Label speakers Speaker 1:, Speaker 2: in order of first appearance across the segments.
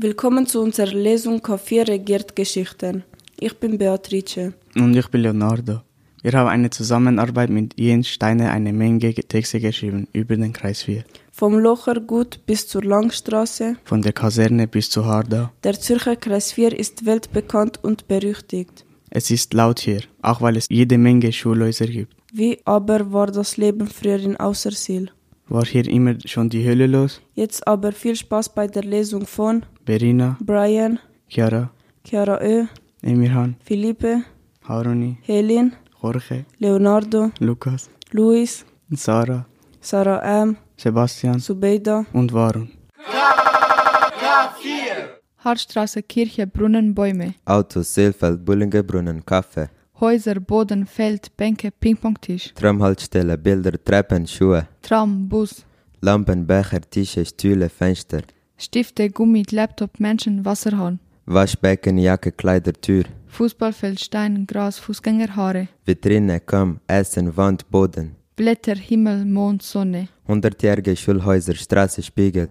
Speaker 1: Willkommen zu unserer Lesung Kaffee regiert Geschichten. Ich bin Beatrice.
Speaker 2: Und ich bin Leonardo. Wir haben eine Zusammenarbeit mit Jens Steiner eine Menge Texte geschrieben über den Kreis 4.
Speaker 1: Vom Lochergut bis zur Langstraße,
Speaker 2: Von der Kaserne bis zu Hardau.
Speaker 1: der Zürcher Kreis 4 ist weltbekannt und berüchtigt.
Speaker 2: Es ist laut hier, auch weil es jede Menge Schulhäuser gibt.
Speaker 1: Wie aber war das Leben früher in Außersiel?
Speaker 2: War hier immer schon die Hölle los?
Speaker 1: Jetzt aber viel Spaß bei der Lesung von
Speaker 2: Berina,
Speaker 1: Brian,
Speaker 2: Chiara,
Speaker 1: Chiara Ö,
Speaker 2: Emirhan,
Speaker 1: Felipe,
Speaker 2: Haruni,
Speaker 1: Helin,
Speaker 2: Jorge,
Speaker 1: Leonardo,
Speaker 2: Lukas,
Speaker 1: Luis,
Speaker 2: Sarah,
Speaker 1: Sarah M.,
Speaker 2: Sebastian
Speaker 1: Subeida,
Speaker 2: und Warun.
Speaker 3: Hartstraße, Kirche, Brunnen, Bäume,
Speaker 4: Autos, Seelfeld, Bullinge, Brunnen, Kaffee,
Speaker 3: Häuser, Boden, Feld, Bänke, Pingpongtisch,
Speaker 4: Tramhaltestelle, Bilder, Treppen, Schuhe,
Speaker 3: Tram, Bus,
Speaker 4: Lampen, Becher, Tische, Stühle, Fenster,
Speaker 3: Stifte, Gummi, Laptop, Menschen, Wasserhahn,
Speaker 4: Waschbecken, Jacke, Kleider, Tür,
Speaker 3: Fußballfeld, Stein, Gras, Fußgängerhaare,
Speaker 4: Vitrine, Kamm, Essen, Wand, Boden,
Speaker 3: Blätter, Himmel, Mond, Sonne,
Speaker 4: hundertjährige Schulhäuser, Straße, Spiegel.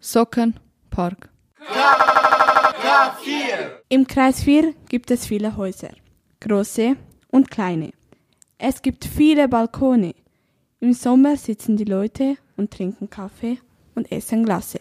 Speaker 3: Socken, Park.
Speaker 5: Im Kreis 4 gibt es viele Häuser, große und kleine. Es gibt viele Balkone. Im Sommer sitzen die Leute und trinken Kaffee und essen Glasse.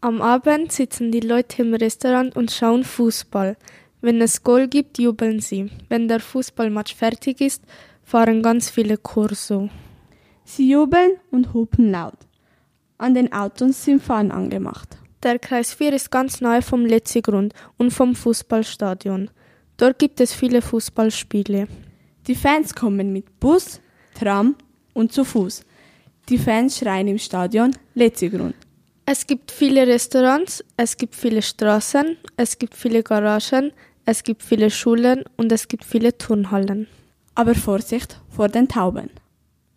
Speaker 6: Am Abend sitzen die Leute im Restaurant und schauen Fußball. Wenn es Goal gibt, jubeln sie. Wenn der Fußballmatch fertig ist, fahren ganz viele Kurse.
Speaker 5: Sie jubeln und hupen laut. An den Autos sind Fahnen angemacht.
Speaker 6: Der Kreis 4 ist ganz nahe vom Letzigrund und vom Fußballstadion. Dort gibt es viele Fußballspiele.
Speaker 5: Die Fans kommen mit Bus, Tram und zu Fuß. Die Fans schreien im Stadion Letzigrund.
Speaker 6: Es gibt viele Restaurants, es gibt viele Straßen, es gibt viele Garagen, es gibt viele Schulen und es gibt viele Turnhallen.
Speaker 5: Aber Vorsicht vor den Tauben.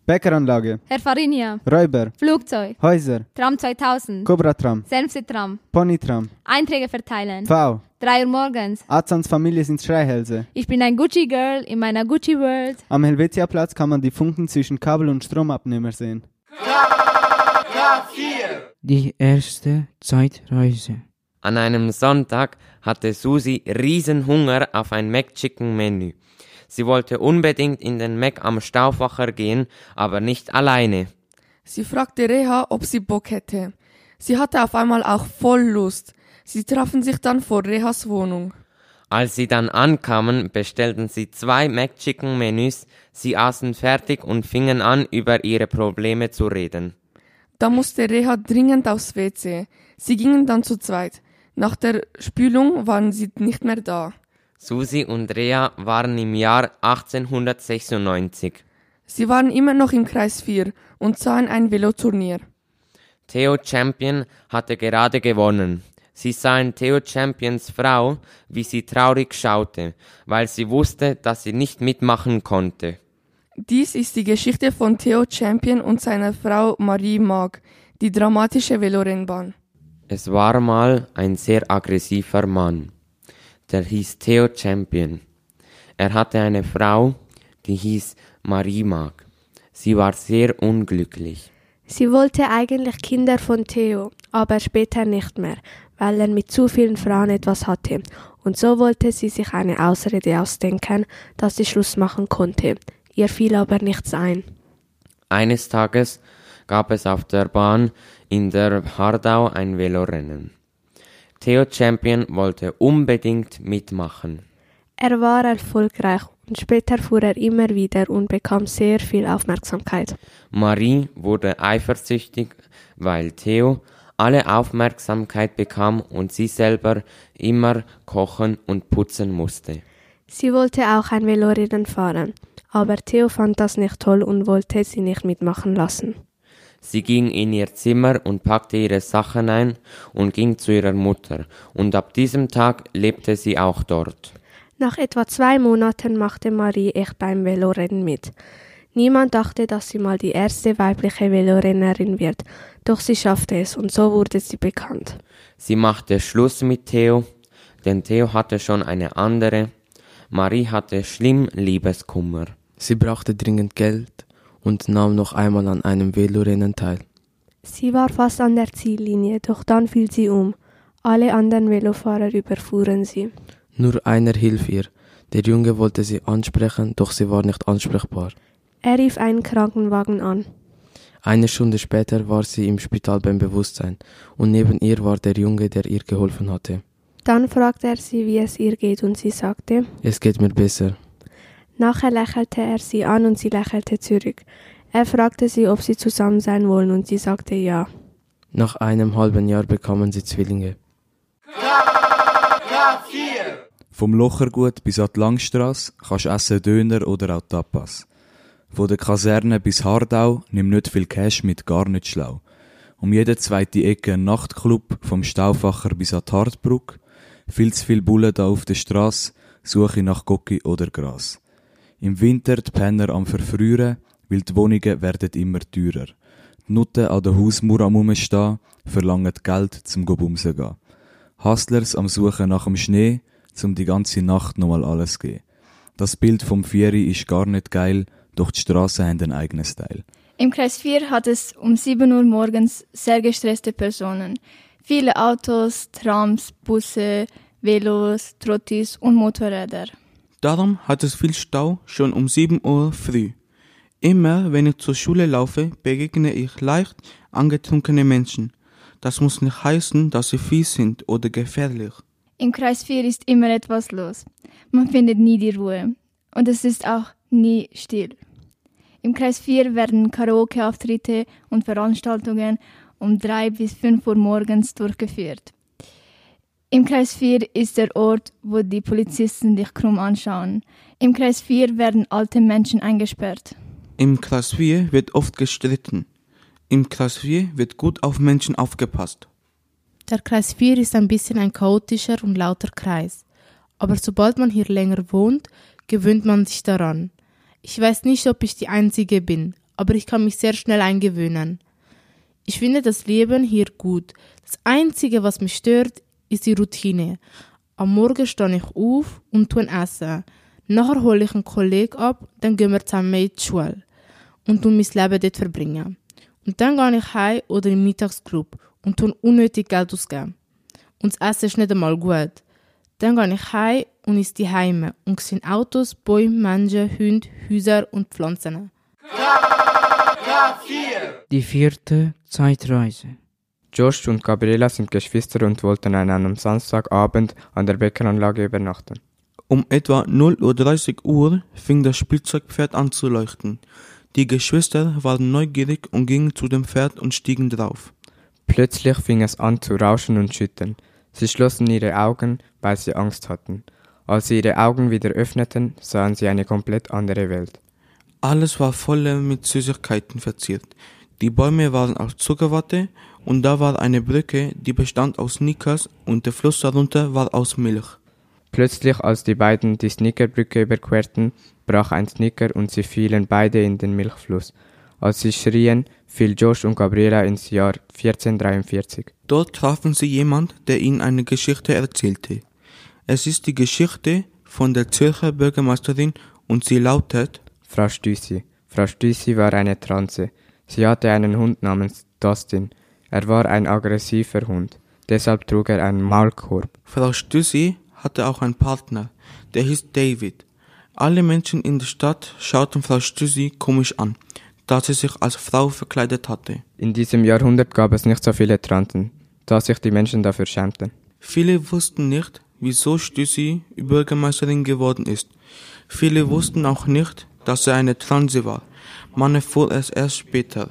Speaker 7: Bäckeranlage,
Speaker 8: Herr Farinia,
Speaker 7: Räuber,
Speaker 8: Flugzeug,
Speaker 7: Häuser,
Speaker 8: Tram 2000,
Speaker 7: Cobra-Tram,
Speaker 8: Senfsetram,
Speaker 7: Ponytram,
Speaker 8: Einträge verteilen,
Speaker 7: V.
Speaker 8: 3 Uhr morgens.
Speaker 7: Azans Familie sind Schreihälse.
Speaker 8: Ich bin ein Gucci Girl in meiner Gucci World.
Speaker 7: Am Helvetiaplatz kann man die Funken zwischen Kabel- und Stromabnehmer sehen.
Speaker 9: Die erste Zeitreise.
Speaker 10: An einem Sonntag hatte Susi Riesenhunger auf ein McChicken-Menü. Sie wollte unbedingt in den Mac am Stauffacher gehen, aber nicht alleine.
Speaker 11: Sie fragte Reha, ob sie Bock hätte. Sie hatte auf einmal auch voll Lust. Sie trafen sich dann vor Rehas Wohnung.
Speaker 10: Als sie dann ankamen, bestellten sie zwei McChicken-Menüs, sie aßen fertig und fingen an, über ihre Probleme zu reden.
Speaker 11: Da musste Reha dringend aufs WC. Sie gingen dann zu zweit. Nach der Spülung waren sie nicht mehr da.
Speaker 10: Susi und Rea waren im Jahr 1896.
Speaker 11: Sie waren immer noch im Kreis 4 und sahen ein Veloturnier.
Speaker 10: Theo Champion hatte gerade gewonnen. Sie sahen Theo Champions Frau, wie sie traurig schaute, weil sie wusste, dass sie nicht mitmachen konnte.
Speaker 11: Dies ist die Geschichte von Theo Champion und seiner Frau Marie Mag, die dramatische Velorennbahn.
Speaker 10: Es war mal ein sehr aggressiver Mann, der hieß Theo Champion. Er hatte eine Frau, die hieß Marie Mag. Sie war sehr unglücklich.
Speaker 6: Sie wollte eigentlich Kinder von Theo, aber später nicht mehr, weil er mit zu vielen Frauen etwas hatte. Und so wollte sie sich eine Ausrede ausdenken, dass sie Schluss machen konnte. Ihr fiel aber nichts ein.
Speaker 10: Eines Tages gab es auf der Bahn in der Hardau ein Velorennen. Theo Champion wollte unbedingt mitmachen.
Speaker 6: Er war erfolgreich und später fuhr er immer wieder und bekam sehr viel Aufmerksamkeit.
Speaker 10: Marie wurde eifersüchtig, weil Theo alle Aufmerksamkeit bekam und sie selber immer kochen und putzen musste.
Speaker 6: Sie wollte auch ein Velorennen fahren, aber Theo fand das nicht toll und wollte sie nicht mitmachen lassen.
Speaker 10: Sie ging in ihr Zimmer und packte ihre Sachen ein und ging zu ihrer Mutter, und ab diesem Tag lebte sie auch dort.
Speaker 6: Nach etwa zwei Monaten machte Marie echt beim Velorennen mit. Niemand dachte, dass sie mal die erste weibliche Velorennerin wird, doch sie schaffte es und so wurde sie bekannt.
Speaker 10: Sie machte Schluss mit Theo, denn Theo hatte schon eine andere. Marie hatte schlimm Liebeskummer.
Speaker 9: Sie brauchte dringend Geld und nahm noch einmal an einem Velorennen teil.
Speaker 6: Sie war fast an der Ziellinie, doch dann fiel sie um. Alle anderen Velofahrer überfuhren sie.
Speaker 9: Nur einer hilf ihr. Der Junge wollte sie ansprechen, doch sie war nicht ansprechbar.
Speaker 6: Er rief einen Krankenwagen an.
Speaker 9: Eine Stunde später war sie im Spital beim Bewusstsein und neben ihr war der Junge, der ihr geholfen hatte.
Speaker 6: Dann fragte er sie, wie es ihr geht, und sie sagte,
Speaker 9: Es geht mir besser.
Speaker 6: Nachher lächelte er sie an und sie lächelte zurück. Er fragte sie, ob sie zusammen sein wollen, und sie sagte ja.
Speaker 9: Nach einem halben Jahr bekamen sie Zwillinge.
Speaker 12: Vom Lochergut bis an die Langstrasse kannst du essen Döner oder auch Tapas. Von der Kaserne bis Hardau nimm nicht viel Cash mit, gar nicht schlau. Um jede zweite Ecke ein Nachtclub, vom Stauffacher bis an die Hartbrück. Viel zu viel Bullen da auf der Straße, Suche nach Gocki oder Gras. Im Winter die Penner am Verfrühren, weil die Wohnungen werden immer teurer. Die Nutten an der Hausmauer am Umstehen verlangen Geld zum go bumsen gehen. Hustlers am Suchen nach dem Schnee, zum die ganze Nacht nochmal alles zu geben. Das Bild vom Vieri ist gar nicht geil, doch die Strassen haben ein eigenes Teil.
Speaker 11: Im Kreis 4 hat es um 7 Uhr morgens sehr gestresste Personen. Viele Autos, Trams, Busse, Velos, Trottis und Motorräder.
Speaker 2: Darum hat es viel Stau schon um 7 Uhr früh. Immer wenn ich zur Schule laufe, begegne ich leicht angetrunkene Menschen. Das muss nicht heißen, dass sie fies sind oder gefährlich.
Speaker 11: Im Kreis 4 ist immer etwas los. Man findet nie die Ruhe. Und es ist auch nie still. Im Kreis 4 werden Karaoke-Auftritte und Veranstaltungen um 3 bis 5 Uhr morgens durchgeführt. Im Kreis 4 ist der Ort, wo die Polizisten dich krumm anschauen. Im Kreis 4 werden alte Menschen eingesperrt.
Speaker 2: Im Kreis 4 wird oft gestritten. Im Kreis 4 wird gut auf Menschen aufgepasst.
Speaker 1: Der Kreis 4 ist ein bisschen ein chaotischer und lauter Kreis. Aber sobald man hier länger wohnt, gewöhnt man sich daran. Ich weiß nicht, ob ich die Einzige bin, aber ich kann mich sehr schnell eingewöhnen. Ich finde das Leben hier gut. Das Einzige, was mich stört, ist die Routine. Am Morgen stehe ich auf und tue ein Essen. Nachher hole ich einen Kollegen ab, dann gehen wir zusammen in die Schule und tun mein Leben dort verbringen. Und dann gehe ich heim oder im Mittagsclub und tun unnötig Geld ausgeben. Und das Essen ist nicht einmal gut. Dann gehe ich heim und ins die Heime und sehe Autos, Bäume, Menschen, Hunde, Häuser und Pflanzen.
Speaker 13: Die vierte Zeitreise.
Speaker 4: Josh und Gabriela sind Geschwister und wollten an einem Samstagabend an der Bäckeranlage übernachten.
Speaker 2: Um etwa 0.30 Uhr fing das Spielzeugpferd an zu leuchten. Die Geschwister waren neugierig und gingen zu dem Pferd und stiegen drauf.
Speaker 4: Plötzlich fing es an zu rauschen und schüttern. Sie schlossen ihre Augen, weil sie Angst hatten. Als sie ihre Augen wieder öffneten, sahen sie eine komplett andere Welt.
Speaker 2: Alles war voll mit Süßigkeiten verziert. Die Bäume waren aus Zuckerwatte und da war eine Brücke, die bestand aus Snickers und der Fluss darunter war aus Milch.
Speaker 4: Plötzlich, als die beiden die Snickerbrücke überquerten, brach ein Snicker und sie fielen beide in den Milchfluss. Als sie schrien, fiel Josh und Gabriela ins Jahr 1443.
Speaker 2: Dort trafen sie jemand, der ihnen eine Geschichte erzählte. Es ist die Geschichte von der Zürcher Bürgermeisterin und sie lautet
Speaker 4: Frau Stüssi. Frau Stüssi war eine Transe. Sie hatte einen Hund namens Dustin. Er war ein aggressiver Hund. Deshalb trug er einen Maulkorb.
Speaker 2: Frau Stüssi hatte auch einen Partner. Der hieß David. Alle Menschen in der Stadt schauten Frau Stüssi komisch an da sie sich als Frau verkleidet hatte.
Speaker 4: In diesem Jahrhundert gab es nicht so viele Tranten, da sich die Menschen dafür schämten.
Speaker 2: Viele wussten nicht, wieso Stüssi Bürgermeisterin geworden ist. Viele wussten auch nicht, dass sie eine Transe war. Man erfuhr es erst später.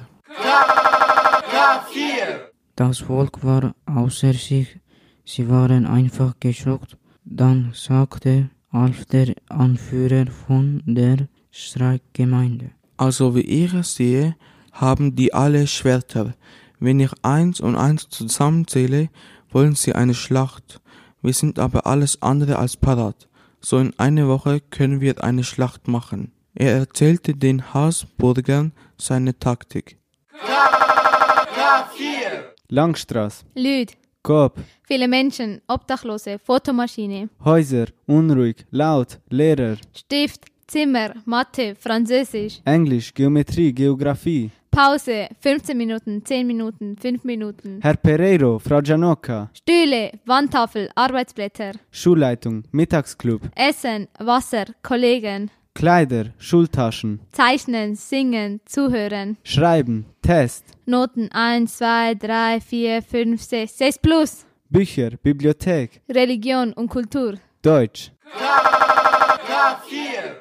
Speaker 13: Das Volk war außer sich. Sie waren einfach geschockt. Dann sagte Alf, der Anführer von der Streikgemeinde.
Speaker 2: Also wie ich es sehe, haben die alle Schwerter. Wenn ich eins und eins zusammenzähle, wollen sie eine Schlacht. Wir sind aber alles andere als parat. So in einer Woche können wir eine Schlacht machen. Er erzählte den Habsburgern seine Taktik.
Speaker 7: Langstraß,
Speaker 8: Lüd.
Speaker 7: Korb,
Speaker 8: Viele Menschen, Obdachlose, Fotomaschine,
Speaker 7: Häuser, unruhig, laut, Lehrer,
Speaker 8: Stift, Zimmer, Mathe, Französisch,
Speaker 7: Englisch, Geometrie, Geografie,
Speaker 11: Pause. 15 Minuten, 10 Minuten, 5 Minuten.
Speaker 14: Herr Pereiro, Frau Gianocca,
Speaker 11: Stühle, Wandtafel, Arbeitsblätter.
Speaker 14: Schulleitung, Mittagsclub,
Speaker 11: Essen, Wasser, Kollegen.
Speaker 14: Kleider, Schultaschen,
Speaker 11: Zeichnen, singen, zuhören.
Speaker 14: Schreiben, Test,
Speaker 11: Noten 1, 2, 3, 4, 5, 6, 6 plus.
Speaker 14: Bücher, Bibliothek,
Speaker 11: Religion und Kultur.
Speaker 14: Deutsch.
Speaker 15: K4.